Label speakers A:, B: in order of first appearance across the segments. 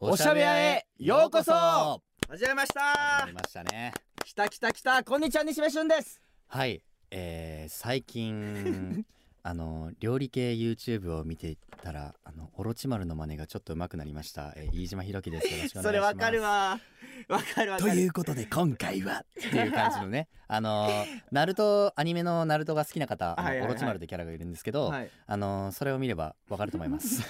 A: おしゃべやへようこそ
B: は
C: 始めまし
B: あ
C: た
B: りましたね
C: きたきたきたこんにちは西部俊です
B: はい、えー、最 近あの料理系 YouTube を見ていたらあのオロチマルの真似がちょっと上手くなりました、えー、飯島ひろきですよろしくお願いします
C: それわかるわわかるわか
B: と
C: る
B: いうことで今回はっていう感じのねあのナルトアニメのナルトが好きな方あの
C: はいはいはい
B: オロチマルってキャラがいるんですけど、
C: はい、
B: あのそれを見ればわかると思います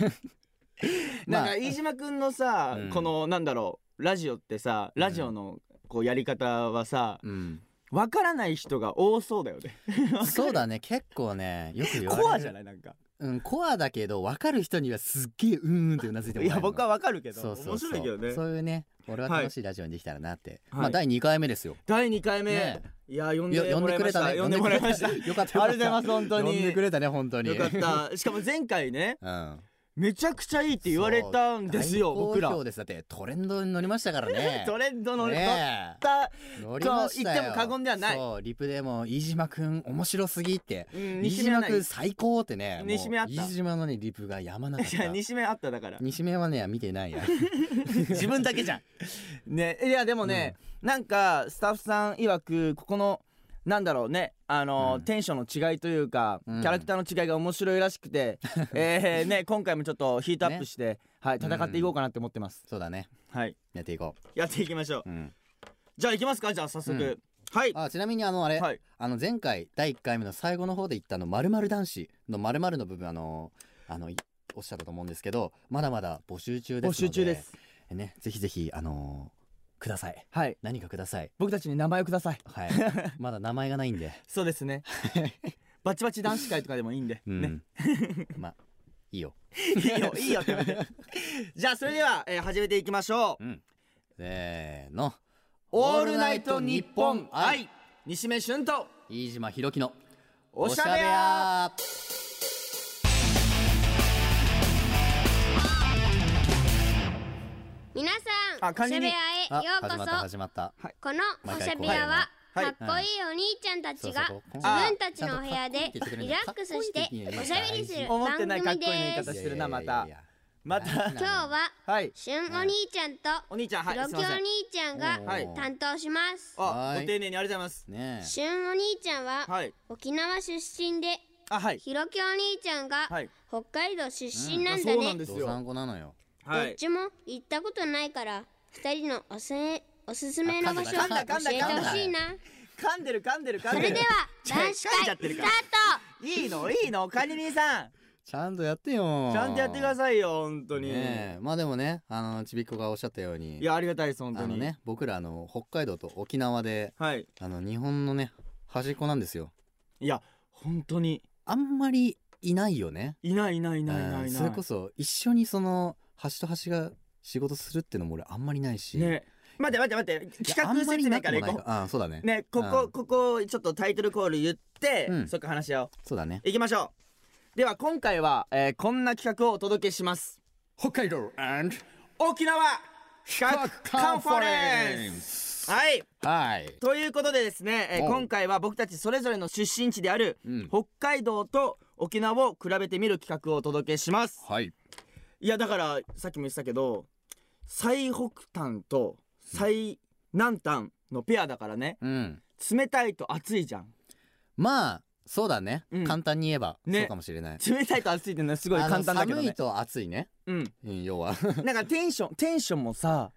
C: な
B: ま
C: ん
B: あ
C: か飯島くんのさ、
B: うん
C: このなんだろうラジオってさラジオのこうやり方はさ
B: うん、
C: わからない人が多そうだよね
B: そうだね結構ねよく言われる
C: コアじゃないなんか
B: うん、コアだけど分かる人にはすっげえうーんってうなずいても
C: い
B: らえる
C: や
B: の
C: 僕はわかるけど
B: そうそうそう
C: 面白いけどね
B: そういうね俺は
C: はい
B: 楽しいラジオにできたらなって、
C: はい
B: まあ第2回目ですよ、
C: 第二回目、
B: ね
C: いや呼ん
B: いや
C: で
B: 呼ん
C: も
B: で
C: らい
B: く
C: ま
B: れ
C: した
B: ね
C: 呼んでもらいました あり
B: よかった
C: がとうございます本当
B: 呼んで
C: に
B: くれたね本当に
C: よかったしかも前回ね
B: うん
C: めちゃくちゃいいって言われたんですよ
B: そう
C: 僕ら
B: 大好評ですだってトレンドに乗りましたからね
C: トレンドの乗っ
B: ねえ
C: た、
B: 乗りましたよ
C: と言っても過言ではない
B: そうリプでも飯島くん面白すぎって
C: うん、
B: 飯
C: 西目
B: 島
C: はない
B: くん最高ってねもう
C: 西目あった
B: 飯島のねリプがやまなかっ
C: いや
B: た
C: 西目あっただから
B: 西目はね見て ないや
C: 自分だけじゃんねいやでもね、なんかスタッフさん曰くここのなんだろうねあ
B: う
C: の、
B: ん
C: テンションの違いというか、
B: うん
C: キャラクターの違いが面白いらしく て、えーね今回もちょっとヒートアップして、はい戦っていこうかなって思ってます、
B: そうだね
C: はい
B: やっていこ
C: やっていきましょう
B: う、うん、
C: じゃあいきますかじゃあ早速、
B: うん
C: はい
B: あちなみにあのあれ、
C: はい
B: あの前回第1回目の最後の方で言ったあの〇〇男子の〇〇の部分あのあのいおっしゃったと思うんですけどまだまだ募集中です
C: 募
B: ので
C: 集中です
B: ねぜひぜひあのーください
C: はい
B: 何かください
C: 僕たちに名前をください
B: はいまだ名前がないんで、
C: そうです ねバチバチ男子会とかでもいいんで、
B: うん
C: ね
B: まあいいよ
C: いいよいいよってことでじゃあそれでは、えー始めていきましょう
B: せーの
C: オールナイトニッポン
B: 愛
C: 愛西目俊と
B: 飯島ひろきの
C: おしゃべや
D: 皆さ
C: あ
D: んおしゃ
C: 管
D: べ
C: 理
D: や
C: 人
D: へ
B: あ
D: ようこ
B: 始まった
D: そ
B: 始まった
D: このおしゃべやは
C: はい
D: かっこいいお兄ちゃんたちが
B: そうそう
D: 自分たちのお部屋でリラックスしておしゃべりする
C: 思っ
D: 番
C: てないかっ
D: 組
C: こいい言い
D: で
C: 方
D: す
C: してる
B: い
C: な
B: や
C: ま
B: いや
C: た
B: いやいや
C: また
B: な
D: 今日は
C: はい
D: しゅんお兄ちゃんと
C: お兄ちゃんはい
D: 黒
C: すい
D: 木
C: ま
D: お
C: せん
D: 兄ちゃんが
C: はい
D: 担当します
C: あ
B: は
C: ご
B: い
C: 丁寧にありがとうございます
B: ねえ
D: しゅんお兄ちゃんは
C: はい
D: 沖縄出身で
C: あはい
D: ひろきお兄ちゃんが
C: はい
D: 北海道出身なん
C: あ
D: だ
C: そうなん
D: ね
C: です
B: ど
C: よ
B: さんこなのよ
D: ど
C: は
D: っ
C: い
D: ちも行ったことないから二人のおすおすすめの場所教
B: あ噛んだ
C: 噛んだ
D: えてほしいな
C: 噛んでる噛んでる噛ん
D: そ
C: で
D: れ
C: る
D: では男子
C: 噛んじゃ
D: 会
C: ってる
D: ス
C: か
D: タ
C: ら
D: ート
C: いいのいいの管理人さ ん
B: ちゃんとやってよ
C: ちゃんとやってくだ
B: さ
C: さいよ本当に
B: ねえまあでもねあのちびっこがおっしゃったように
C: いやありがたいです
B: あ
C: 本当
B: の
C: に
B: ね僕らあの北海道と沖縄で
C: はい
B: あの日本のね端っこなんですよ
C: いや本当に
B: あんまりいないよね
C: いないいないいないいな
B: う
C: い
B: ん
C: い
B: そ
C: な
B: れこそ一緒にその端と端が仕事するってのも俺あんまりないし
C: いね待って待って待って
B: いや
C: 企画説明から
B: あんま
C: い
B: りなくもない
C: こう
B: あそうだね
C: ねこ
B: う
C: こ
B: ん
C: ここちょっとタイトルコール言って、
B: うん
C: そっか話し合おう
B: そうだね
C: 行きましょうでは今回は、えーこんな企画をお届けします
B: 北海道 and
C: 沖縄比較カンファレンスはい
B: はい
C: ということでですね、えー
B: おう
C: 今回は僕たちそれぞれの出身地である、
B: うん
C: 北海道と沖縄を比べてみる企画をお届けします
B: はい
C: いやだからさっきも言ってたけど最北端と最南端のペアだからね
B: うん
C: 冷たいと暑いじゃん
B: まあそうだね、
C: うん
B: 簡単に言えば、
C: ね
B: そうかもしれない
C: 冷たいと暑いってねすごい
B: あの
C: 簡単だけど
B: 寒い
C: ね
B: と暑いね、
C: うん
B: うん、要は
C: なんかテンションテンションもさ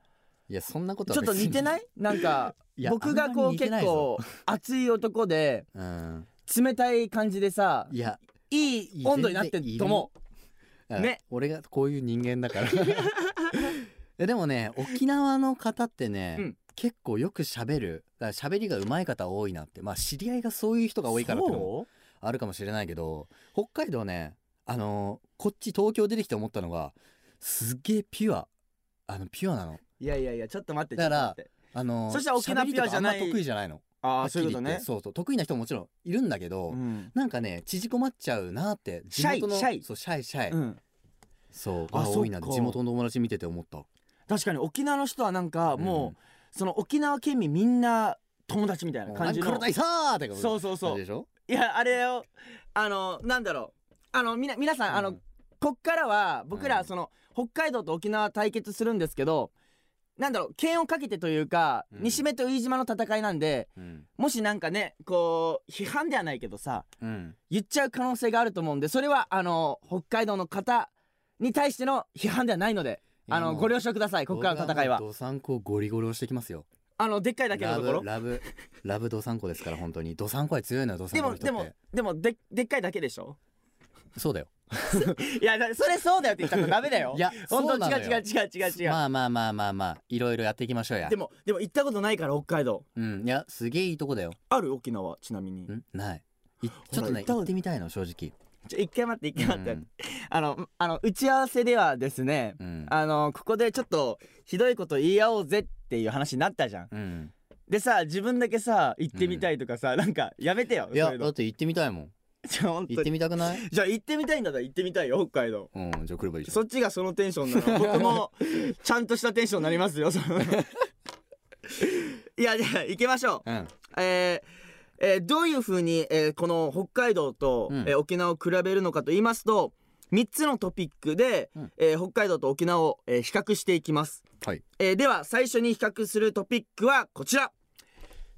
B: いやそんなことは、
C: ちょっと似てないいなんか
B: いや
C: 僕がこ
B: あんまり
C: う
B: 似て
C: 結
B: ないぞ
C: 構熱い男で
B: うん、
C: 冷たい感じでさ
B: いや
C: いい温度になってると思う
B: うん
C: ね
B: 俺がこういう人間だ からえでもね沖縄の方ってね、
C: うん
B: 結構よく喋るだから喋りが上手い方多いなってまあ知り合いがそういう人が多いからってのも
C: そう
B: あるかもしれないけど北海道ねあのーこっち東京出てきて思ったのがすっげえピュアあのピュアなの
C: いやいやいやちょっと待って
B: だから
C: ちょっと待って
B: あのー
C: そしたら沖縄
B: 喋りとか
C: ピュアじゃな
B: あ
C: い
B: んま得意じゃないの
C: あ
B: は
C: あ
B: っき
C: そう
B: り
C: い
B: 言
C: う
B: っ
C: こ
B: て
C: とね
B: そうそう得意な人ももちろんいるんだけど、
C: うん
B: なんかね縮こまっちゃうなって
C: シャイ
B: 地元の
C: シャイ
B: そうシャイシャイ、
C: うん
B: そう
C: あ
B: が多いなっ
C: そ
B: て
C: っか
B: 地元の友達見てて思った
C: 確かに沖縄の人はなんかも
B: うん
C: うその沖縄県民みんな友達みたいな感じ
B: アン
C: の
B: コール大佐ーって
C: そううそ
B: そ
C: うそうう
B: でしょ
C: いやあれをあのなんだろうあのみな皆さんあのこっからは僕
B: う
C: ら
B: ん
C: その、北海道と沖縄対決するんですけどなんだろう剣をかけてというか、
B: うん
C: 西目と飯島の戦いなんで
B: うん
C: もしなんかねこう批判ではないけどさ
B: うん
C: 言っちゃう可能性があると思うんでそれはあの北海道の方に対しての批判ではないのであのご了承くださいここからの戦いは
B: ドサンコゴリゴリ押してきますよ
C: あのでっかいだけの
B: ラ
C: ところ
B: ブラブラブドサンコですから本当にドサンコは強いのよドサン
C: で
B: コの
C: も
B: 人って
C: でもでもででっかいだけでしょ
B: そうだよ
C: いやだそれそうだよって言ったらダメだよ
B: いや
C: 本
B: そう
C: 当
B: なの
C: 違う
B: よ
C: 違う違う違う違う、
B: まあまあまあまあまあいろいろやっていきましょうや
C: でもでも行ったことないから北海道
B: うんいやすげえいいとこだよ
C: ある沖縄ちなみに
B: んないい
C: ら
B: ちょっとね
C: 行った
B: 行ってみたいの正直
C: ちょ一回待って一回待って、
B: うん
C: あのあの打ち合わせではですね
B: うん
C: あのここでちょっとひどいこと言い合おうぜっていう話になったじゃん
B: うん
C: でさ自分だけさ行ってみたいとかさ、なんかやめてよ
B: いや
C: そういう
B: だっ
C: の
B: て行ってみたいもん
C: じゃあ本
B: 行
C: 当
B: って
C: に
B: みたく ない
C: じゃあ行ってみたいんだったら行ってみたいよ北海道
B: うんじゃあ来ればいいじゃ
C: そっちがそのテンション なら僕もちゃんとしたテンションになりますよそのいやじゃあ行きましょうん
B: うん
C: えーえーどういうふうに、えーこの北海道と、
B: うん
C: えー沖縄を比べるのかと言いますと3つのトピックで、
B: うん
C: えー北海道と沖縄を、えー比較していきます、
B: はい
C: えーでは最初に比較するトピックはこちら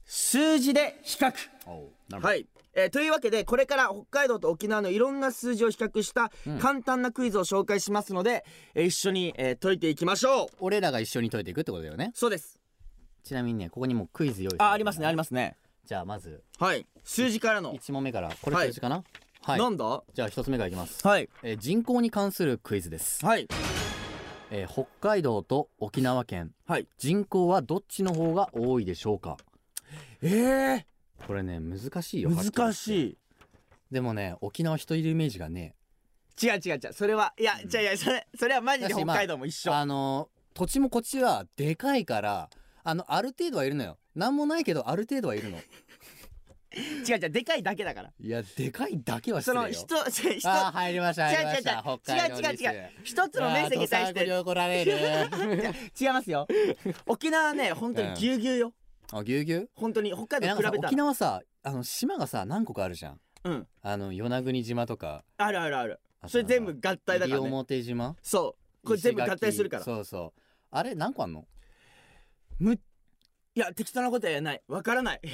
C: 数字で比較
B: おうなるほど
C: はい、えーというわけでこれから北海道と沖縄のいろんな数字を比較した
B: うん
C: 簡単なクイズを紹介しますので、えー一緒に、えー解いていきましょう
B: 俺らが一緒に解いていくってことだよね
C: そうです
B: ちなみにねここにもクイズ用意
C: あありますねありますすね
B: じゃあまず
C: はい数字からの、
B: 1問目からこれ数字かなはい、
C: なんだ
B: じゃあ1つ目からいきます、
C: はい
B: えー人口に関するクイズです、
C: はい
B: えー北海道と沖縄県
C: はい
B: 人口はどっちの方が多いでしょうか
C: えー、
B: これね難しいよ
C: 難し
B: い
C: い
B: でもね沖縄人いるイメージがね
C: 違う違う違うそれはいや違う違うそれそれはマジで
B: だし
C: 北
B: まあ
C: 海道も一緒、
B: あのー土地もこっちはでかいからあのある程度はいるのよなんもないけどある程度はいるの
C: 違う違うでかいだけだから
B: いやでかいだけは
C: そ
B: 失礼よ
C: の人 人人
B: あー入りました入りまし
C: 違う違
B: た
C: う違う
B: 北海道です
C: 違う違う違一つの面積に対し
B: あードサンコに
C: て
B: 怒られ る
C: 違いま すよ沖縄はね本当にぎゅうぎゅうよ
B: あぎゅうぎゅう
C: 本当に北
B: え
C: 海
B: なんか
C: 道比
B: さ
C: べた
B: 沖
C: ら
B: 縄さあの島がさ何個かあるじゃん
C: うん
B: あの与那国島とか
C: あるあるある
B: あと
C: それ全部合体だか
B: 西
C: らね
B: 表島
C: そうこれ全部合体するから
B: 石垣そうそうあれ何個あんの
C: むいや適当なことは言えないわからない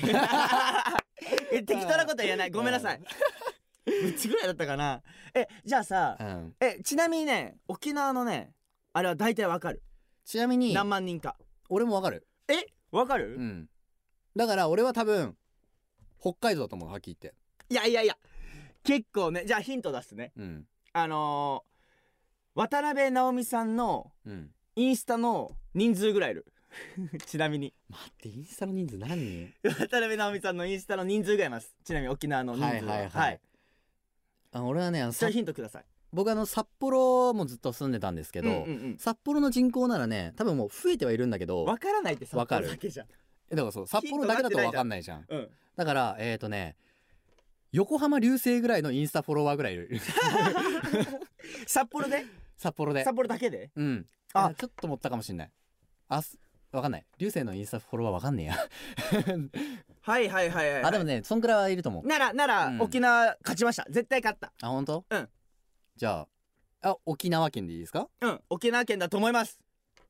C: え適当なことは言えないごめんなさい6つぐらい だったかなえじゃあさ、
B: うん
C: えちなみにね沖縄のねあれは大体わかる
B: ちなみに
C: 何万人か
B: 俺もわかる
C: えわかる、
B: うんだから俺は多分北海道だと思うはっきり言って
C: いやいやいや結構ねじゃあヒント出すね
B: うん
C: あのー、渡辺直美さんの
B: うん
C: インスタの人数ぐらいいる ちなみに
B: 待ってインスタの人数何人
C: 渡辺直美さんのインスタの人数ぐらいいますちなみに沖縄の人数
B: はいはいはいあ俺はねあの
C: そ
B: さ
C: れヒントください
B: 僕あの札幌もずっと住んでたんですけ
C: け
B: ど、
C: うんうん
B: 札幌の人口ならね多分もう増えてはいるんだけ
C: うん、
B: ど
C: わからないって札
B: わか
C: 幌
B: る
C: だけじゃん
B: えだからそう札幌だけだと分かんないじゃん
C: うん
B: だからえっ、ー、とね横浜流星ぐらいのインスタフォロワーぐらいいる
C: 札幌で
B: 札幌で
C: 札幌だけで
B: うん
C: あ
B: あちょっと持ったかもしんないあす分かんない流星のインスタフォロワー分かんねえや
C: はいはいはいはい、はい、
B: あでもねそんぐらいはいると思う
C: ならなら、
B: うん
C: 沖縄勝ちました絶対勝った
B: あ本当
C: うん
B: じゃああ沖縄県でいいですか
C: うん沖縄県だと思います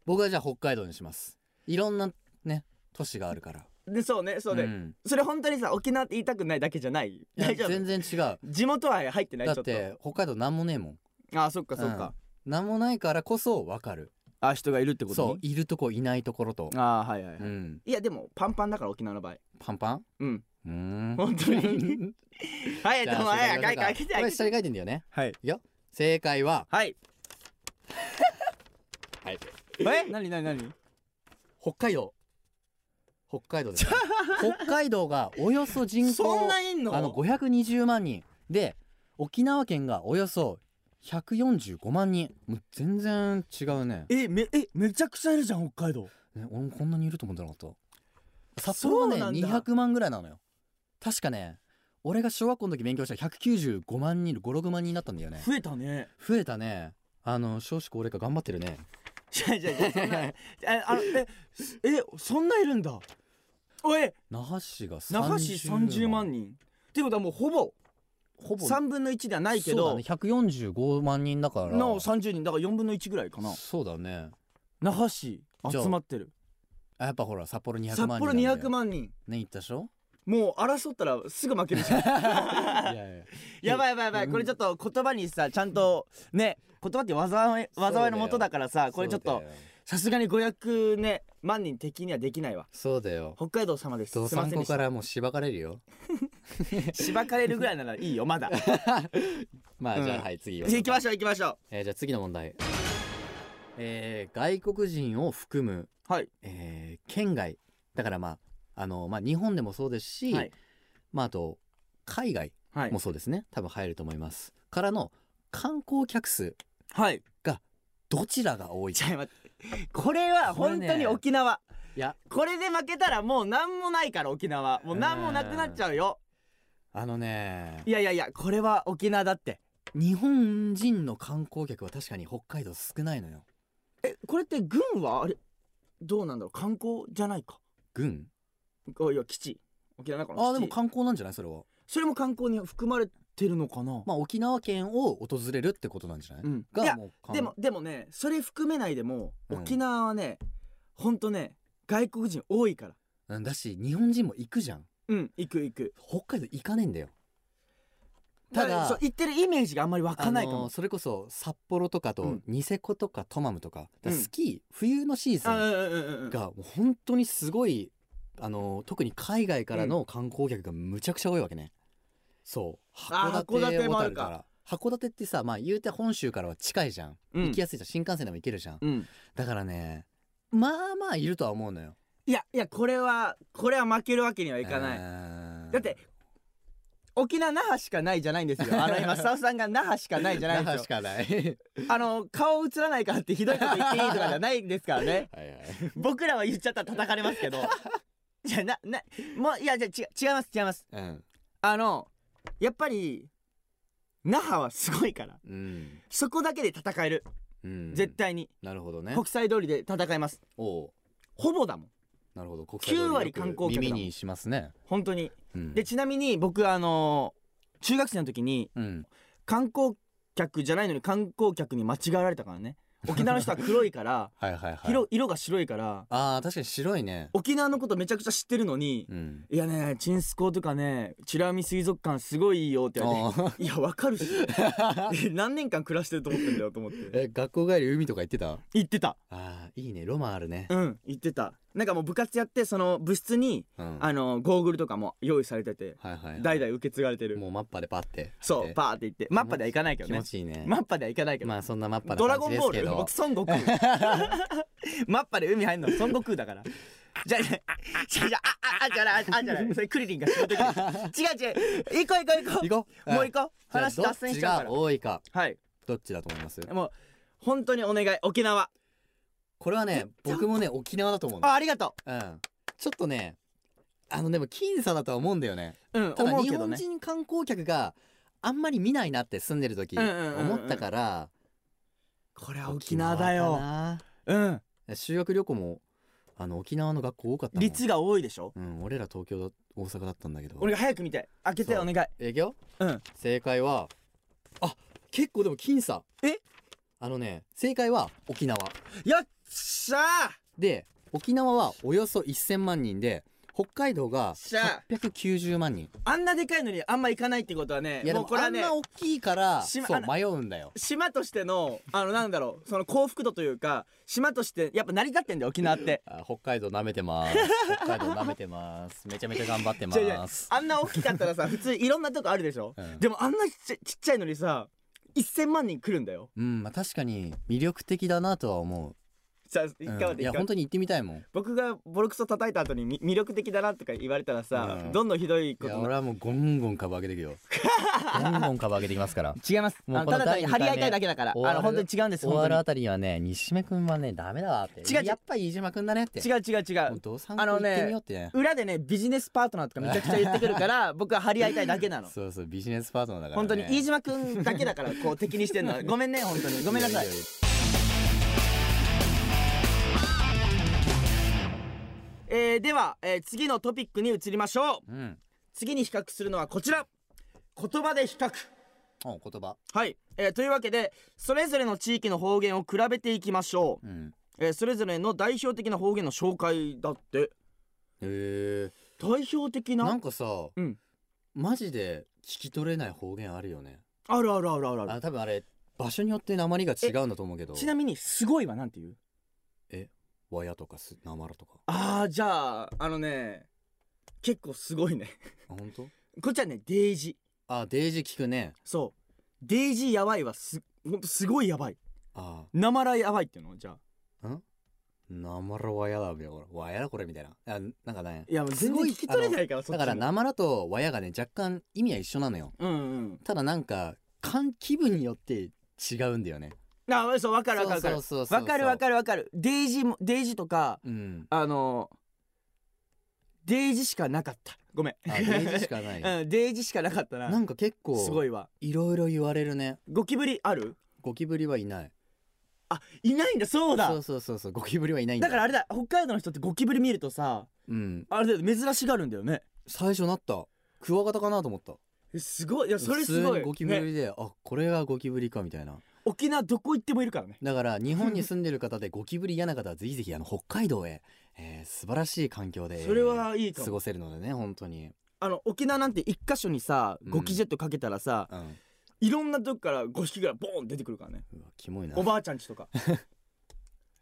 B: 僕はじゃあ北海道にしますいろんなね都市があるから
C: でそうねそうね、
B: ん
C: それ本当にさ沖縄って言いたくないだけじゃない
B: いや
C: 大丈夫
B: 全然違う
C: 地元は入ってないちょ
B: だっ
C: っと
B: て北海道なんもねえもん
C: あそっかそっか、
B: なんもないからこそ分かる
C: あ人がいるってこと
B: そういるとこいないところと
C: あはいはいはい、
B: うん
C: いやでもパンパンだから沖縄の場合
B: パンパン
C: うん
B: うーん
C: 本 当にはい
B: じ
C: どう
B: ゃあ
C: もはい
B: 正解
C: 開
B: いきましょうか
C: けて
B: こ
C: 開
B: れ
C: け
B: 下
C: て
B: に書いてんだよね
C: はい
B: いくよ正解は
C: はい
B: はい
C: え何何何
B: 北海道北海道ですね北海道がおよそ人口
C: そんないんの
B: あの520万人で沖縄県がおよそ145万人もう全然違うね
C: えめえめちゃくちゃいるじゃん北海道
B: ね俺もこんなにいると思ってなかった札幌はね
C: そうなんだ
B: 200万ぐらいなのよ確かね俺が小学校の時勉強した195万人56万人になったんだよね
C: 増え たね
B: 増えたねあの少子高齢化頑張ってるね
C: じゃじゃじゃそんなえあのええそんないるんだおい
B: 那覇市が30
C: 那覇市30万
B: 人
C: 人っていうことはもうほぼ
B: ほぼ
C: 3分の1ではないけ
B: そうだ
C: ど
B: ね145万人だから
C: の30人だから4分の1ぐらいかな
B: そうだね
C: 那覇市
B: じゃあ
C: 集まってる
B: あやっぱほら札幌200
C: 札
B: 万人
C: 幌
B: なんだ
C: 200
B: よ
C: 万人
B: ね行ったでし ょ
C: もう争ったらすぐ負けるじゃん
B: いやいや
C: やばいやばいやばいこれちょっと言葉にさちゃんとね言葉って災い災いのもとだからさこれちょっとさすがに500ね万人敵にはできないわ
B: そうだよ
C: 北海道様です
B: ど
C: すいま
B: さん
C: せん
B: こ
C: でし
B: か
C: た
B: らもうしばかれるよ
C: しばかれるぐらいならいいよ まだ
B: まあじゃあ、
C: うん
B: はい次
C: 行きまし
B: ょ
C: ょう行きましょ
B: う、えーじゃあ次の問題えー外国人を含む、
C: うはい
B: えー県外だからまああのまあ日本でもそうですし、
C: はい
B: まああと海外
C: はい
B: もそうですね、多分入ると思いますからの観光客数
C: はい
B: どちらが多い
C: ち
B: か
C: ょっと待ってこれは本当に沖縄
B: いや
C: これで負けたらもう何もないから沖縄もう何もなくなっちゃうよ
B: あのね
C: いやいやいやこれは沖縄だって
B: 日本人の観光客は確かに北海道少ないのよ
C: えこれって軍はあれどうなんだろう観光じゃないか
B: 軍
C: あいや基地沖縄だから
B: あーでも観光なんじゃないそれは
C: それも観光に含まれてるのかな、
B: まあ沖縄県を訪れるってことなんじゃない、
C: うんい
B: が
C: や
B: もう観
C: でもでもねそれ含めないでも
B: うん
C: 沖縄はね、ほんとね外国人多いから
B: うんだし日本人も行くじゃん
C: うん行く行く
B: 北海道行かねえんだよただ
C: そう行ってるイメージがあんまり湧かないか
B: あの
C: も
B: ーそれこそ札幌とか
C: う
B: と
C: ん
B: ニセコとかトマムとかだから
C: うん
B: スキー、冬のシーズ
C: あ
B: ン
C: うんうんうんうん
B: がもう本当にすごいあのー特に海外からの観光客がむちゃくちゃ多いわけねそう函
C: あー
B: 館
C: 函館もある
B: 小樽
C: か
B: から函館ってさまあ言うて本州からは近いじゃん、
C: うん
B: 行きやすいじゃん新幹線でも行けるじゃん
C: うん
B: だからねまあまあいるとは思うのよ
C: いやいやこれはこれは負けるわけにはいかない、
B: ない
C: だって沖縄那覇しかないじゃないんですよあ の今沙央さんが那覇しかないじゃないん
B: 那
C: で
B: 覇
C: す
B: しか ない
C: よあの顔映らないからってひどいこと言っていいとかじゃないんですか らね
B: はいはい
C: 僕らは言っちゃったら叩かれます けどじゃあななもういやじゃあ違う違います違います
B: うん
C: あのやっぱり那覇はすごいから
B: うん、
C: そこだけで戦える、
B: うん、
C: 絶対に
B: なるほどね
C: 国際通りで戦えます
B: おう
C: ほぼだもん
B: なるほど国際通り
C: 9割
B: よく
C: 観光客だ
B: 耳にしますね、
C: 本当に
B: うん、
C: でちなみに僕あの中学生の時に
B: うん
C: 観光客じゃないのに観光客に間違えられたからね 沖縄の人は黒いから
B: はいはいはい
C: 色色が白いから
B: あー確かに白いね
C: 沖縄のことめちゃくちゃ知ってるのに
B: うん
C: 「いやねチンスコーとかね美ら海水族館すごいいいよ」って言わ
B: あー
C: れて「いやわかるし え何年間暮らしてると思ってんだよ」と思 って
B: え学校帰り海とか行ってた
C: 言ってた
B: あーいいねロマンあるね
C: うん言ってたなんかもう部活やってその部室に
B: うん
C: あのゴーグルとかも用意されてて
B: はいはい、
C: 代々受け継がれてる
B: もうマッパでパって
C: そう
B: で
C: パーって言ってマッパではいかないけど
B: 気
C: ね
B: 持ちいいね
C: マッパではいかないけど
B: まあそんなマッパ
C: ドラ
B: な
C: ゴ
B: 感
C: ン
B: じで
C: ボ
B: す
C: ー
B: け
C: ル
B: ど
C: 僕孫悟空 マッパで海入んの孫悟空だからじゃあねじゃあじゃあああじゃあああじゃないそれクリリンが死ぬ時に違う違う行こう行こう
B: 行
C: 行こ
B: こ
C: うもう
B: はい
C: 行こう話
B: じゃあ
C: 脱線しちゃうか
B: どっち
C: ら
B: が多いか
C: はい
B: どっちだと思います
C: もう本当にお願い沖縄
B: これはね僕もね沖縄だと思うの
C: あありがと
B: うんちょっとねあのでも僅差だとは思うんだよね
C: ううん
B: ただ
C: 思う
B: 日
C: けど
B: 本
C: ね
B: 人観光客があんまり見ないなって住んでる時
C: うんうんうんうん
B: 思ったから
C: これは沖縄だよ
B: か
C: うん
B: な修学旅行もあの沖縄の学校多かったもん
C: 率が多いでしょ
B: うん俺ら東京だ大阪だったんだけど
C: 俺が早く見たい開けて
B: そう
C: お願い
B: えいくよ
C: うん
B: 正解はあ結構でも僅差
C: え
B: あのね正解は沖縄
C: よっしゃー
B: で沖縄はおよそ1000万人で北海道が
C: しゃ
B: 890万人
C: あんなでかいのにあんま行かないってことはね
B: いやで
C: もう
B: も
C: これ
B: あ
C: は
B: ん
C: ね
B: な大きいからそ
C: し
B: う
C: まあの
B: 迷うんだよ
C: 島としてのあのなんだろうその幸福度というか島としてやっぱ成り立ってんだよ沖縄って。
B: あ北海道舐めてます 北海道舐めてますめちゃめちゃ頑張ってま
C: 違う違う
B: す
C: あんな大きかったらさ普通いろんなとこあるでしょ、
B: うん
C: でもあんなちっちゃちっちゃいのにさ1,000万人来るんだよ。
B: うんまあ確かに魅力的だなとは思
C: さ
B: う、
C: 一
B: う
C: 回
B: ん、
C: 待って
B: い
C: 一
B: や本
C: 回待って
B: 当に行ってみたいもん
C: 僕がボロクソ叩いた後にみ魅力的だなとか言われたらさ、
B: うん
C: どんどんひどい
B: い
C: こ
B: や
C: とに
B: 俺はもうゴンゴン株上げていくよ ゴンゴン株上げていきますから
C: 違います
B: もう
C: あの
B: こ
C: た
B: の
C: だ単に
B: 第二
C: 張
B: 回
C: り
B: 目
C: 合いたいだけだから
B: 終わ
C: あ
B: る
C: の本当に違うんです
B: 終わ
C: 本
B: るあ
C: 当
B: たりにはね西島君はねダメだわって
C: 違う違う
B: やっぱり飯島君だねって
C: に違う違う違う
B: どうさん
C: あの
B: 行
C: ね
B: ってみようってね
C: 裏でねビジネスパートナーとかめちゃくちゃ言ってくるから僕は張り合いたいだけなの。
B: そうそうビジネスパートナーだから、ね、
C: 本当に飯島君だけだからこう敵にしてんのごめんね本当にごめんなさい
B: ややや
C: えーでは、えー次のトピックに移りましょう
B: うん
C: 次に比較するのはこちら言葉で比較
B: お言葉
C: はい、えーというわけでそれぞれの地域の方言を比べていきましょ
B: うん
C: う、えーそれぞれの代表的な方言の紹介だって
B: へえ
C: 代表的な
B: なんかさ、
C: うん
B: マジで聞き取れない方言あるよね
C: あるあるあるあるある
B: あ多分あれ場所によって鉛が違うんだと思うけど
C: ちなみにすごいはなんていう
B: 和やとかすなまらとか
C: ああじゃああのね結構すごいね
B: あ本当
C: こっちはねデイジ
B: あデイジー聞くね
C: そうデイジやばいはすほんとすごいやばい
B: あ
C: なまらやばいっていうのじゃあ
B: なまら和やだみたいなこれ和やだこれみたいなあなんかね
C: いやもう
B: す
C: 全然
B: ごい
C: 聞き取れないからそっ
B: だ
C: ち
B: から
C: も
B: なまらと和やがね若干意味は一緒なのよ
C: うんうん
B: ただなんか感気分によって違うんだよね
C: あそうわかるわかるわかる
B: そうそうそう
C: わかるわ
B: る
C: かるわかるデイジもデイジとか
B: うん
C: あのデイジしかなかったごめん
B: あデイジしかない
C: うんデイジしかなかったな
B: なんか結構
C: すごいわ
B: いろいろ言われるね
C: ゴキブリある
B: ゴキブリはいない
C: あいないんだそうだ
B: そうそうそうそうゴキブリはいないんだ
C: だからあれだ北海道の人ってゴキブリ見るとさ
B: うん
C: あれだよ珍しがるんだよね
B: 最初なったクワガタかなと思った
C: えすごいいやそれす
B: 普
C: ご
B: 通
C: い、
B: にゴキブ
C: ね
B: リで、あこれがゴキブリかみたいな
C: 沖縄どこ行ってもいるからね
B: だから日本に住んでる方でゴキブリ嫌な方はぜひぜひあの北海道へ、えー素晴らしい環境で
C: それはいいか
B: 過
C: も
B: ごせるのでね本当に、
C: あの沖縄なんて一箇所にさ
B: うん
C: ゴキジェットかけたらさ、
B: うん、
C: いろんなとこから5匹ぐらいボーン出てくるからね
B: うわキモいな
C: おばあちゃんち とか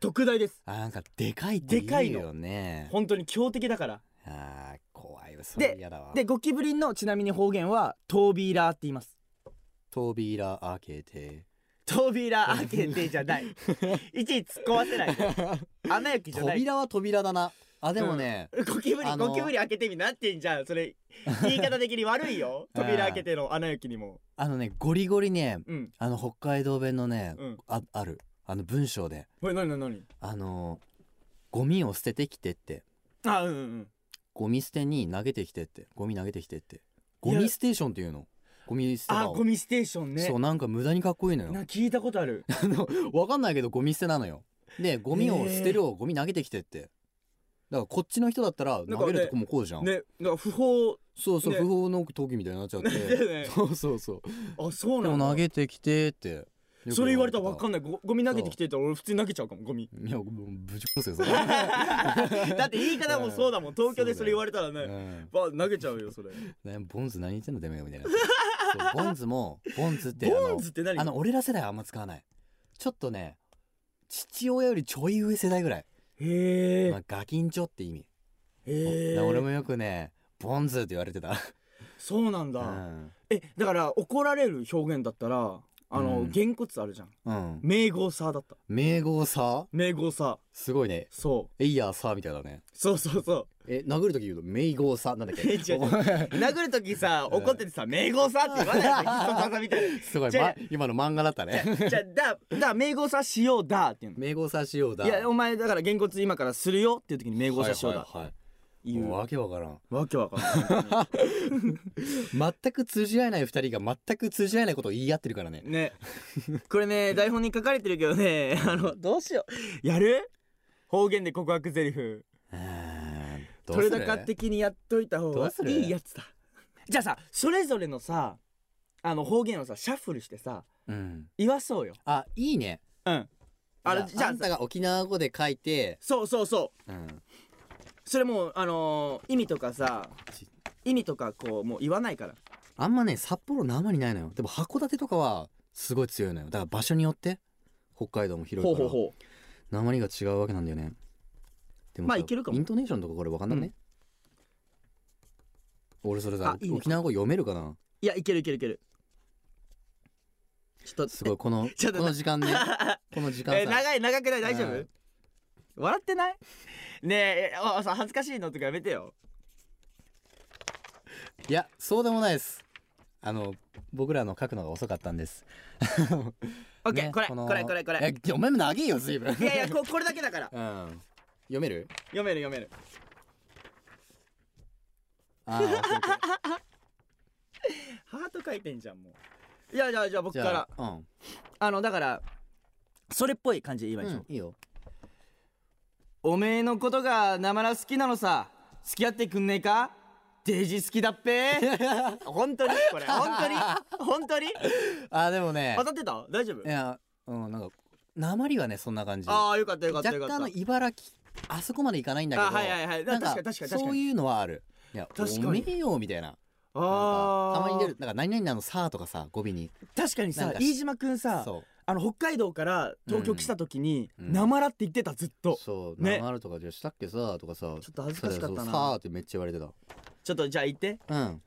C: 特大です
B: あなんかでかいって
C: でか
B: 言
C: いうの
B: よね
C: 本当に強敵だから
B: あー怖いわそれ嫌だわ
C: でゴキブリのちなみに方言はトービーラーって言います
B: 扉開けて
C: トービーラー開けてじ ゃないいちいち突っ込ませないで穴焼きじゃない
B: 扉は扉だなあでもね、
C: ゴキブリ、
B: あの
C: ゴキブリ開けてみなってんじゃんそれ言い方的に悪 いよ
B: うん
C: 扉開けての穴行きにも
B: あのねゴリゴリね
C: うん
B: あの北海道弁のね、
C: うん
B: ああるあの文章で
C: これ何何何
B: あのゴミを捨ててきてって
C: あうんうん
B: ゴミ捨てに投げてきてってゴミ投げてきてって
C: い
B: ゴ
C: や
B: ミステーションっていうのゴミ捨て
C: あ
B: 場を
C: ゴミステーションね
B: そうなんか無駄にかっこいいのよ
C: な聞いたことある
B: あのわかんないけどゴミ捨てなのよでゴミを捨てるをゴミ投げてきてってだからこっちの人だったら
C: んか
B: 投げるとこもこうじゃん
C: ねなんか不法
B: そうそう、
C: ね
B: 不法の投棄みたいになっちゃって、
C: だよね
B: そうそうそう
C: あそう
B: でも
C: なの
B: 投げてきてって
C: それ言われたら分かん
B: ない
C: ないゴゴミ投げてきてたら俺普通に投げちゃうかもゴミ
B: いやもうぶち殺す よそれ、
C: だって言い方もそうだもん東京でそれ言われたらね
B: うん
C: ば投げちゃうよそれ
B: ね、ボンズ何言ってんのてめえみたいなそうボンズもボンズってあ
C: ボ
B: の
C: ンズって何
B: あの俺ら世代はあんま使わないちょっとね父親よりちょい上世代ぐらい、
C: へえ
B: まあ、ガキンチョって意味、
C: へえ
B: な俺もよくねボンズって言われてた、
C: そうなん
B: う
C: だ
B: ん
C: えだから怒られる表現だったらあ
B: う
C: の
B: ん
C: げんこつあるじゃん
B: うん、
C: 名号さだった
B: 名号さ
C: 名号さ
B: すごいね
C: そう
B: エイヤーさみたいだね
C: そうそうそう
B: え殴る時言うと名号さなんだっ
C: 違う
B: け
C: 違う殴る時さ怒っててさ「名号さ」って言 わないで必殺技みたい
B: すごい、
C: 違う
B: ま、今の漫画だったね
C: なじゃあだだ名号さしようだっていうの
B: 名号さしようだ
C: いやお前だからげんこつ今からするよっていう時に名号さしようだ
B: はいはいはい
C: っていう
B: もうわけわからん
C: わけわかんな
B: 全く通じ合えない二人が全く通じ合えないことを言い合ってるからね
C: いね これね台本に書かれてるけどね あのどうしようやる方言で告白ゼリフ
B: どう
C: 取
B: す
C: れ高
B: る
C: 的にやっといた方
B: ど
C: が
B: うする
C: いいやつだじゃあさそれぞれのさあの方言をさシャッフルしてさ
B: うん
C: 言わそうよ
B: あいいね
C: うんあれ
B: じ
C: じ
B: ゃあ
C: ゃ
B: あ
C: あ
B: んたが沖縄語で書いて
C: そうそうそう
B: うん
C: それもうあのー意味とかさ
B: ち
C: 意味とかこうもう言わないから
B: あんまね札幌生にないのよでも函館とかはすごい強いのよだから場所によって北海道も広
C: ほ
B: いうか
C: ほう
B: ら
C: ほ
B: 生にが違うわけなんだよねでもさ
C: まあいけるかも
B: イントネーションとかこれわかんないね、俺それさ
C: あいいね
B: 沖縄語読めるかない
C: やいけるいけるいけるちょっと
B: すごいこの
C: ちょっと
B: この時間ねこの時間さ、
C: えー長い長くない大丈夫、
B: うん
C: 笑ってないねええあさ恥ずかしいのとかやめてよ
B: いやそうでもないですあの僕らの書くのが遅かったんです
C: オッケー、
B: ね
C: これ
B: の
C: これこれこれ
B: えお前も長いよ随分
C: いやいやこ これだけだから
B: うん読める
C: 読める読める
B: あー OK OK
C: ハート書いてんじゃんもういやじゃあじゃあ僕
B: じ
C: から
B: ゃ
C: あ
B: あうん
C: のだからそれっぽい感じで言えばいいでしょ、
B: いいよ
C: おめえのことがなまら好きなのさ付き合ってくんねえかデージ好きだっぺ 本当にこれ本当に本 当に
B: あでもね
C: 当たってた大丈夫
B: いやうんなんか鉛はねそんな感じ
C: ああよかったよかった
B: 若
C: よかった
B: 干の茨城あそこまでいかないんだけど
C: あはいはいはい
B: なんか
C: 確かに確かに確かに
B: そういうのはあるいや
C: 確かに
B: おめえよみたいななん
C: あ
B: か
C: ー
B: たまに出るなんか何々なのさとかさ語尾に
C: 確かに
B: な
C: さ
B: んか
C: 飯島くんさ
B: そ
C: あの北海道から東京来た時に「
B: うん
C: なまら」って言ってたずっ
B: う
C: と
B: そう
C: ね
B: 鉛とかじゃあしたっけさとかさ
C: ちょっと恥ずかしかったな
B: そうそうさってめっちゃ言われてた
C: ちょっとじゃあ言って
B: うん。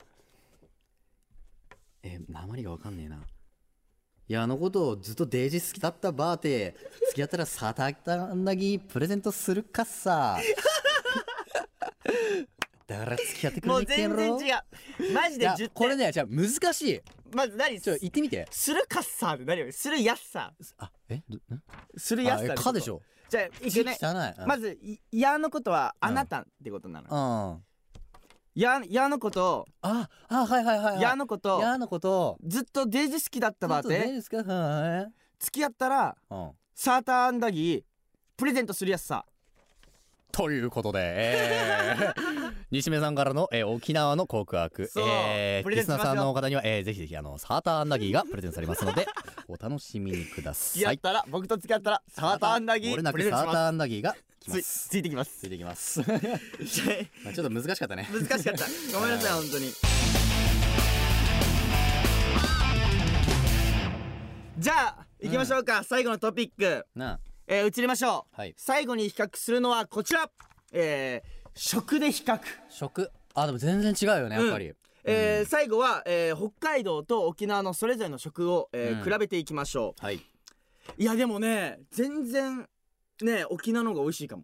B: え、鉛がわかんねえな。いや、あのことをずっとデージ好きだったバーて、付き合ったらサタタンナギプレゼントするかっさ。だから付き合ってくれ
C: も
B: ねえ
C: う
B: ってやろ
C: 全然違うマジ
B: い
C: で
B: や
C: 10点
B: これね、じゃあ難しい。
C: まず何
B: ちょ、言ってみて。
C: するかっさーって何よりするやっさ
B: あ、えどん
C: するや
B: あ、
C: っさ
B: え
C: のこと
B: かでしょ。
C: じゃあい
B: 字
C: く
B: 汚い
C: ね。ま
B: ず、
C: ずいやのことはあなたってことな
B: う
C: の
B: ん。あ、
C: ややのこと
B: あ、はいはいはいはい。
C: やのこと
B: やのこと。
C: ずっとデージ好きだったばっ
B: ちょっとデー
C: て
B: ジ好きだったバーテ
C: 付き合ったら
B: うん。
C: サーターアンダギープレゼントするやつさ
B: ということで、え ー西目さんからの、えー沖縄の告白、
C: そう
B: えー
C: プレ
B: リ
C: ゼン
B: ス
C: ト
B: ナ
C: しま
B: ー
C: すよ
B: さんの方には、えーぜひぜひあのサーターアンダギーがプレゼントされますのでお楽しみにくだ
C: 付き合
B: さ
C: っ
B: い。
C: たら僕と付き合ったらサーターアンダギ
B: 漏れ
C: ー
B: な
C: プ
B: く
C: レゼン
B: サ
C: トし
B: ータ
C: ま
B: ーアンダギーが来ます
C: つ
B: す。
C: ついてきます
B: ついてきます。 まあちょっと難しかったね。
C: 難しかったごめんなさい本当にじゃあ行きましょうか、最後のトピック、
B: な
C: えー移りましょう、
B: はい
C: 最後に比較するのはこちら、えー食で比較
B: あ、食、あでも全然違うよねやっぱり。
C: えー最後は、えー北海道と沖縄のそれぞれの食を、えー
B: うん
C: 比べていきましょ
B: はい。
C: ういやでもね全然ね沖縄の方が美味しいかも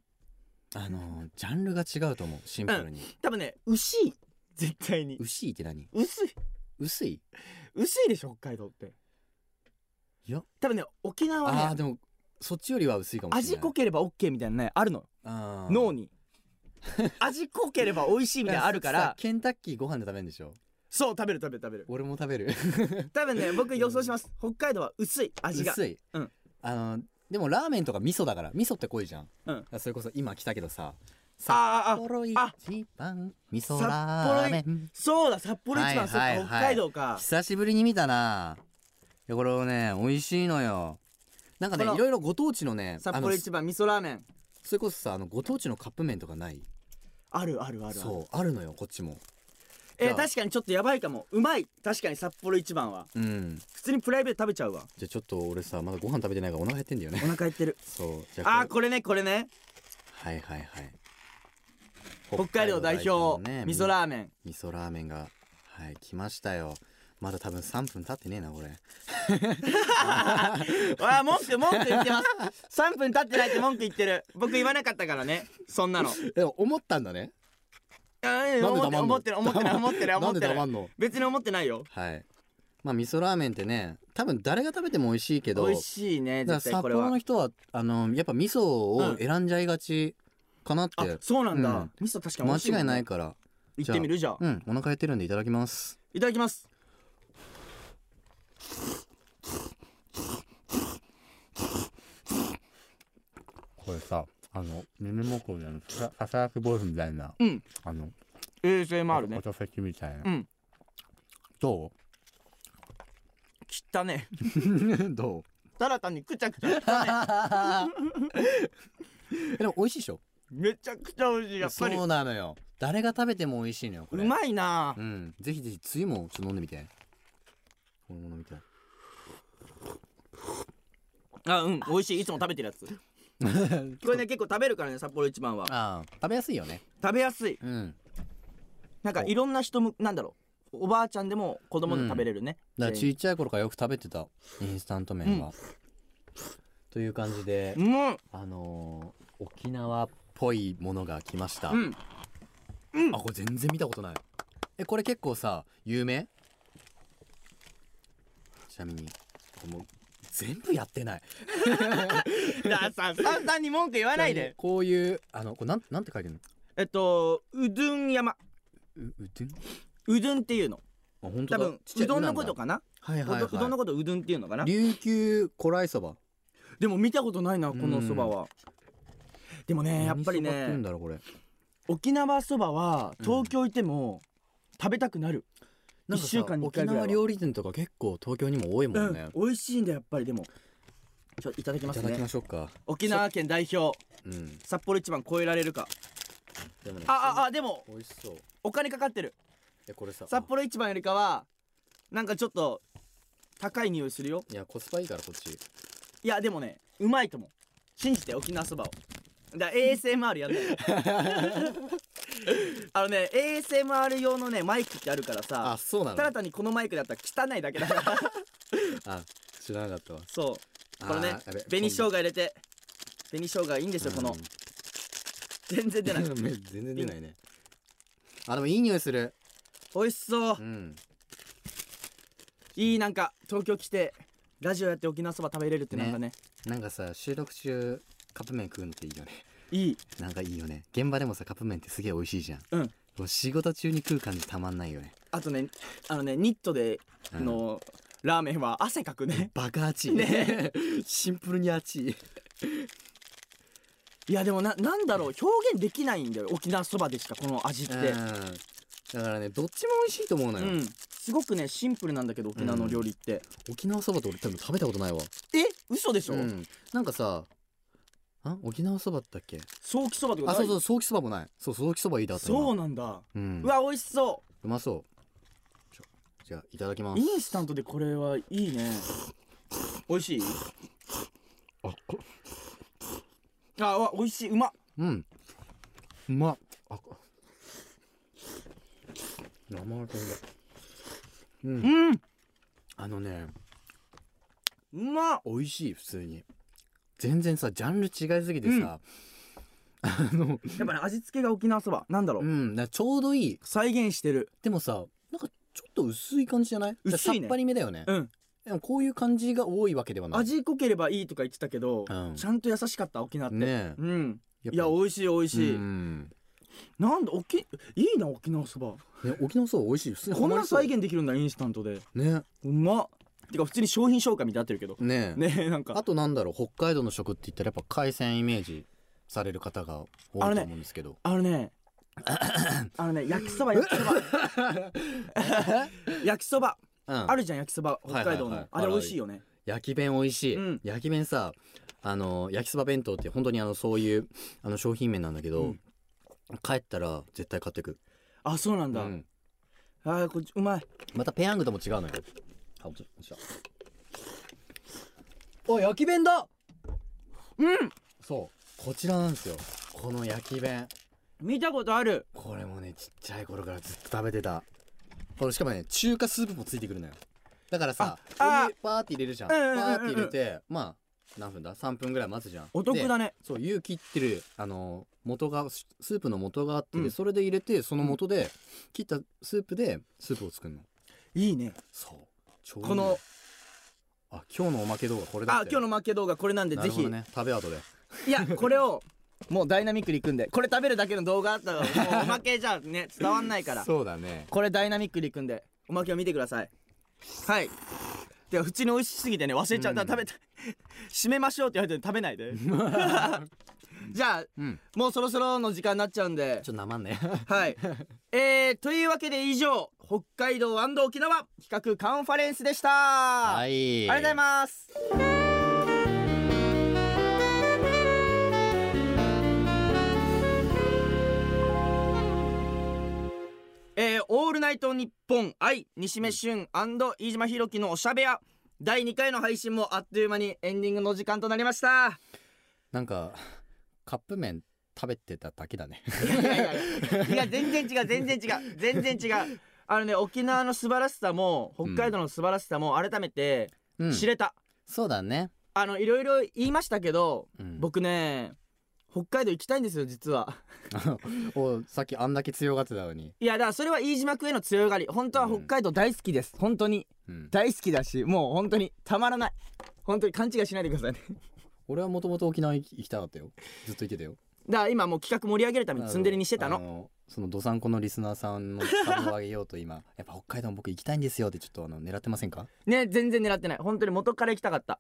B: あのージャンルが違うと思うシンプルに。
C: 多分ね薄い絶対に
B: 薄いって何？
C: 薄い
B: 薄い？
C: 薄いでしょ北海道って
B: いや。
C: 多分ね沖縄
B: あ
C: は
B: あ
C: ね
B: でもそっちよりは薄いかもし
C: 味
B: れない
C: 濃。ければ OK みたいなねあるの
B: あー
C: 脳に 味濃ければ美味しいみたいなのある か
B: いやそ
C: ら
B: っちさケンタッキーご飯で食べるんでしょ
C: そう食べる食べる食べる
B: 俺も食べる
C: 多分ね僕予想します北海道は薄い味が
B: 薄い、
C: うん
B: あのでもラーメンとか味噌だから味噌って濃いじゃん、
C: うん
B: だからそれこそ今来たけどさ
C: あーあ
B: 札幌一
C: あ
B: 番味噌
C: 札幌
B: ラーメン
C: そうだ札幌一番、そっか
B: はいはいはい
C: 北海道か
B: 久しぶりに見たないやこれをね美味しいのよなんかね
C: この
B: いろいろご当地のね
C: 札
B: あ
C: 幌
B: の
C: 一番味噌ラーメン
B: それこそさあのご当地のカップ麺とかない
C: あるあるあるある
B: そうあるのよこっちも
C: え
B: じゃ
C: ー
B: あ
C: 確かにちょっとやばいかもうまい確かに札幌一番は
B: うん
C: 普通にプライベート食べちゃうわ
B: じゃあちょっと俺さまだご飯食べてないからお腹減ってんだよ
C: お
B: ね
C: 腹減ってる
B: そうじゃ
C: あ
B: あ
C: あーこれねこれね
B: はいはいはい
C: 北海道代表
B: 北海道代
C: 味噌ラーメ ン
B: 味噌ラーメンがはい来ましたよまだ多分3分経ってねえなこれ
C: ああ文句文句言ってます3分経ってないって文句言ってる僕言わなかったからねそん なの
B: え思ったんだね
C: うん
B: なんで黙んの
C: 思ってる思ってる思ってる思
B: なん
C: ってる思って
B: で
C: る
B: 黙んの
C: 別に思ってないよ
B: はいまあ味噌ラーメンってね多分誰が食べても美味しいけ
C: 美
B: ど
C: 味しいね
B: だから
C: 絶
B: 札
C: 対これ
B: 幌
C: は
B: の人はあのやっぱ味噌を
C: うん
B: 選んじゃいがちかなって、
C: あそうなんだ、
B: うん
C: 味噌確かに美
B: 間
C: 味しいも
B: 違い
C: んね
B: ないから
C: 行ってみるじゃあ
B: うんお腹減ってるんでいただきます
C: いただきます
A: これさあの耳元にあのさささやくボイスみたいな
C: うん
A: あの
C: ASMR ね
A: 音フェチみたいな、
C: うん
A: どう
C: 切ったね
B: ど
C: ただ単にくちゃくちゃ汚ね
B: うでも美味しいでしょ
C: めちゃくちゃ美味しいやっぱり
B: そうなのよ誰が食べても美味しいのよこ
C: う
B: れ
C: まいな
B: うん、ぜひぜひつゆもちょっと飲んでみて。俺も飲みたい。
C: あうん美味しいいつも食べてるや つこれね結構食べるからね札幌一番は
B: ああ、食べやすいよね。
C: 食べやすい
B: うん。
C: なんかいろんな人むなんだろうおばあちゃんでも子供でも食べれるね、
B: だから
C: 全
B: ち
C: 員
B: っちゃい頃からよく食べてたインスタント麺は。という感じで
C: う、ん
B: あのー沖縄っぽいものが来ました。
C: うん
B: あ、これ全然見たことない。え、これ結構さ、有名ちなみに、もう全部やってない。
C: だからささんさんに文句言わないで
B: こういう、あの、これなんなんて書いてるの
C: えっとうどん山
B: う、うどんあ、
C: うどんっていうの
B: 本当だ。
C: 多分うどんのことかな、
B: はいはい、は
C: うどうどんの
B: い。
C: ことうどんっていうのかな
B: 琉球古来そば。
C: でも見たことないなこのそばはでもねやっぱり
B: 何そばって言うん
C: ね
B: だろうこれ
C: 沖縄そばは東京行っても食べたくなる
B: なんか
C: 一週
B: さ
C: 間に一
B: 沖
C: 回ぐらいは
B: 縄料理店とか結構東京にも多いもんね、
C: 美味しいんだやっぱりでもちょいただきま
B: い
C: す
B: ただき
C: ね
B: ましょうか
C: 沖縄県代表
B: うん
C: 札幌一番超えられるか
B: でもね
C: あああでも
B: 美味しそうい
C: お金かかってる
B: やこれさ
C: 札幌一番よりかはなんかちょっと高い匂いするよ
B: いやコスパいいからこっち
C: いやでもねうまいと思う信じて沖縄そばをだ ASMR やるあのね ASMR 用のねマイクってあるからさ
B: あそうな
C: ただ
B: の
C: 単にこのマイクだったら汚いだけだから
B: あ知らなかったわ
C: そうこれね
B: あーやべ
C: 紅生姜入れて紅生姜いいんですよこの
B: うん
C: 全然 出ない
B: め全然出ないねあでもいい匂いする
C: 美味しそう
B: うん
C: いいなんか東京来てラジオやって沖縄そば食べれるってなんかね
B: なんかさ収録中カップ麺食うのっていいよね
C: いい
B: なんかいいよね現場でもさカップ麺ってすげえ美味しいじゃん
C: うん
B: もう仕事中に食う感じたまんないよね
C: あとねあのねニットで
B: うん
C: のラーメンは汗かくね
B: バカ熱いねシンプルに熱い
C: いやでもななんだろう表現できないんだよ沖縄そばでしかこの味って
B: うんだからねどっちも美味しいと思うの
C: う
B: よ、
C: んすごくねシンプルなんだけど沖縄の料理って、
B: 沖縄そばって俺多分食べたことないわ
C: え嘘でしょ、
B: う
C: うん
B: なんかさあ沖縄そばだっけ
C: 早期そばとか
B: あそうそううソーキそばもないそうソーキそばいいだった
C: そう
B: う、
C: なんだ、
B: うん、
C: うわ美味しそう
B: まそうちょじゃあいただきま
C: う
B: す
C: インスタントでこれはいいね美味しい
B: あこ
C: あうわ美味しいうまっ
B: うんうまっあこ生ハゲだうん
C: うんう
B: あのね
C: まっ
B: 美味しい普通に全然さジャンル違いすぎてさ、
C: やっぱね味付けが沖縄そばなんだろう、
B: うん、なちょうどいい
C: 再現してる
B: でもさなんかちょっと薄い感じじゃない
C: 薄いね
B: さっぱりめだよね、
C: うん
B: でもこういう感じが多いわけではない
C: 味濃ければいいとか言ってたけど、
B: うん
C: ちゃんと優しかった沖縄って、
B: ね
C: うん
B: え
C: いや美味しい美味しい、
B: うん
C: なんだ沖いいな沖縄そば
B: ね沖縄そば美味しい普通に
C: こんな
B: ハマ
C: 再
B: り
C: 現できるんだインスタント
B: そ
C: で
B: うね
C: うまってか普通に商品紹介みたいになってるけど
B: ねえ
C: ねえなん
B: あ
C: か
B: となんだろう北海道の食って言ったらやっぱ海鮮イメージされる方が多
C: あ
B: いと
C: れね
B: 思うんですけど、
C: あのねあのね焼きそば焼きそば 焼きそば
B: うん
C: あるじゃん焼きそば北海道
B: はいはいはい
C: のあれ美味しいよね
B: 焼き弁美味しい、
C: うん
B: 焼き弁さあの焼きそば弁当って本当にあのそういうあの商品名なんだけど、
C: うん
B: 帰ったら絶対買ってく、
C: あそうなん
B: う
C: だ
B: ん、
C: あーこっちうまい
B: またペヤングとも違うのよあ落ちた落ちたお焼き弁だ
C: うん
B: そうこちらなんですよこの焼き弁
C: 見たことある
B: これもねちっちゃい頃からずっと食べてたこれしかもね中華スープもついてくるのよだからさ
C: あ
B: お湯パーって入れるじゃん
C: う
B: パ
C: んうんうんうん
B: ーって入れてまあ何分だ3分ぐらい待つじゃん
C: お得だ
B: ね
C: ね
B: そう湯切ってるあの元がススープの元があって、
C: うん
B: それで入れてその元で切ったスープでスープを作るの
C: いいね
B: そうちょうどいい
C: この
B: あ今日のおまけ動画これだっ
C: あ
B: て
C: 今日の負け動画これなんで
B: な
C: ぜ
B: るほ
C: ひ
B: どね食べ後で
C: い やこれをもうダイナミックにいくんでこれ食べるだけの動画あったらもうおまけじゃね伝わんないから
B: そうだね
C: これダイナミックにいくんでおまけを見てくださいはいでは普通に美味しすぎてね忘れちゃう、
B: うん
C: だから食べた締めましょうって言われてるのに食べないで じゃあ
B: うん
C: もうそろそろの時間になっちゃうんで
B: ちょっとなまんね
C: はいえー、というわけで以上北海道沖縄企画カンファレンスでした、
B: は
C: あ
B: い
C: りがとうございますえー、オールナイトニッポン愛西目俊飯島ひろきのおしゃべや第2回の配信もあっという間にエンディングの時間となりました
B: なんかカップ麺食べてただけだね
C: いやいやいやいや全然違う全然違う全然違うあのね沖縄の素晴らしさも北海道の素晴らしさも改めて
B: うん
C: 知れた、
B: そうだね、
C: あのいろいろ言いましたけど
B: うん、
C: 僕ね北海道行きたいんですよ実は
B: おさっきあんだけ強がってたのに、
C: いやだからそれは飯島君への強がり本当は北海道大好きです、本当に
B: うん、
C: 大好きだしもう本当にたまらない本当に勘違いしないでくださいね
B: 俺はもともと沖縄行き行きたかったよずっと行ってたよ
C: だから今もう企画盛り上げるためにツンデレにしてた
B: あ
C: の
B: のそのどさんこのリスナーさんの株を上げようと今 やっぱ北海道僕行きたいんですよってちょっとあの狙ってませんか
C: ね全然狙ってない本当に元から行きたかった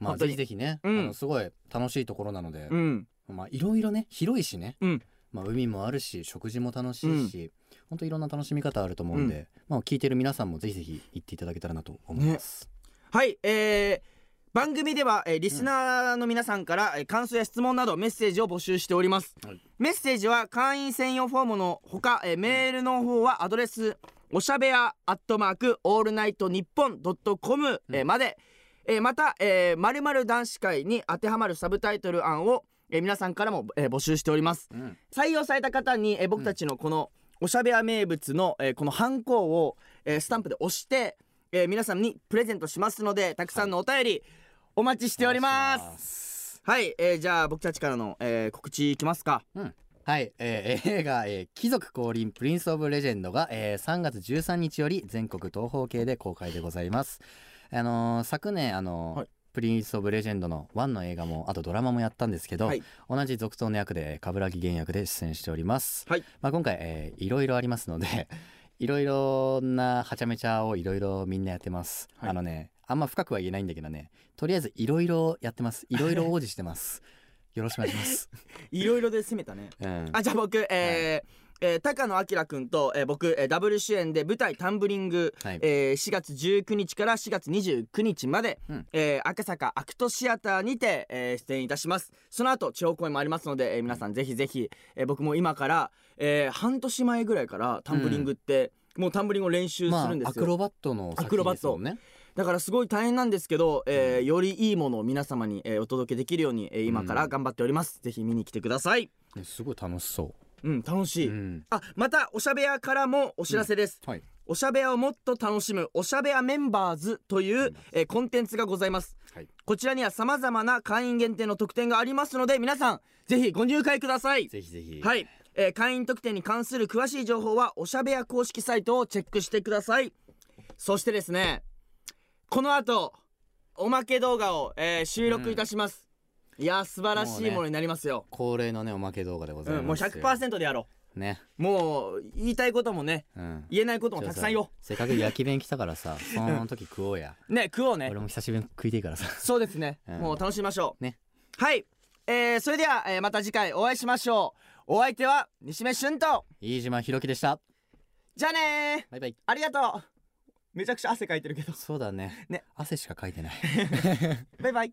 B: まあ
C: 本当
B: ぜ
C: に
B: ひぜひね、
C: うん
B: あのすごい楽しいところなので、
C: うん
B: まあいろいろね広いしね、
C: うん
B: まあ、海もあるし食事も楽しいし、本当いろんな楽しみ方あると思うんで、まあ聞いてる皆さんもぜひぜひ行っていただけたらなと思います。
C: はい、えー番組では、えーリスナーの皆さんから、えー感想や質問などメッセージを募集しております、
A: はい
C: メッセージは会員専用フォームのほか、えーメールの方はアドレスおしゃべやアットマークオールナイトニッポンドットコムえーまで、えーまた、えー、〇〇男子会に当てはまるサブタイトル案を、えー皆さんからも、えー募集しております
B: うん
C: 採用された方に、えー僕たちのこのおしゃべや名物の、えーこのハンコを、えースタンプで押して、えー皆さんにプレゼントしますのでたくさんのお便りお待ちしております。はい
B: す。
C: えーじゃあ僕たちからの、えー告知いきますか。
B: はい、えー映 画、えー貴族降臨プリンスオブレジェンドが、えー3月13日より全国東方系で公開でございます。あのー昨年あのー
C: はい
B: プリンスオブレジェンドの1の映画もあとドラマもやったんですけど、
C: はい
B: 同じ続投の役で冠城源役で出演しております。
C: はい
B: まあ今回、えーいろいろありますので いろいろなはちゃめちゃをいろいろみんなやってます。
C: はい
B: あのねあんま深くは言えないんだけどねとりあえずいろいろやってますいろいろ応じして ます。よろしくお願いします。
C: いろいろで攻めたね。
B: うん
C: あじゃあ僕、えーえー高野明君と、えー僕、えーダブル主演で舞台「タンブリング」
B: はい
C: えー4月19日から4月29日まで、
B: うん
C: えー赤坂アクトシアターにて、えー出演いたしますその後地方公演もありますので、えー皆さんぜひぜひ、えー僕も今から、えー半年前ぐらいからタンブリングって、もうタンブリングを練習するんで
B: まあ、ア
C: す
B: ク
C: よ、
B: ロバットの作品ですもんね。
C: だからすごい大変なんですけど、えーよりいいものを皆様に、えーお届けできるように、えー今から頑張っております、ぜひ見に来てください
B: ねすごい楽しそ
C: うん楽し
B: う。
C: い、
B: ん、
C: あまたおしゃべやからもお知らせです、
B: はい。
C: おしゃべやをもっと楽しむおしゃべやメンバーズという、えーコンテンツがございます、
B: はい
C: こちらには様々な会員限定の特典がありますので皆さんぜひご入会ください
B: ぜひぜひ。。
C: はいい、えー会員特典に関する詳しい情報はおしゃべや公式サイトをチェックしてくださいそしてですねこの後おまけ動画を、えー収録いたします、いやー素晴らしいものになりますよ
B: 恒例のねおまけ動画でござい
C: も
B: ま
C: う,、
B: す。
C: ん、もう。100%でやろ
B: ね。
C: うもう言いたいこともね
B: うん。
C: 言えないこともたくさんよ
B: せっかく焼き弁来たからさ、その時食おうや。
C: ね食おうね
B: 俺も久しぶりに食いていからさ。
C: そうですね、
B: うん
C: もう楽しみましょう
B: ね
C: はい、えー、それでは、えーまた次回お会いしましょうお相手は西目俊と
B: 飯島ひろきでした。
C: じゃあねー
B: バイバイ。
C: ありがとうめちゃくちゃ汗かいてるけど
B: そうだね。
C: ね。
B: 汗しかかいてない。
C: バイバイ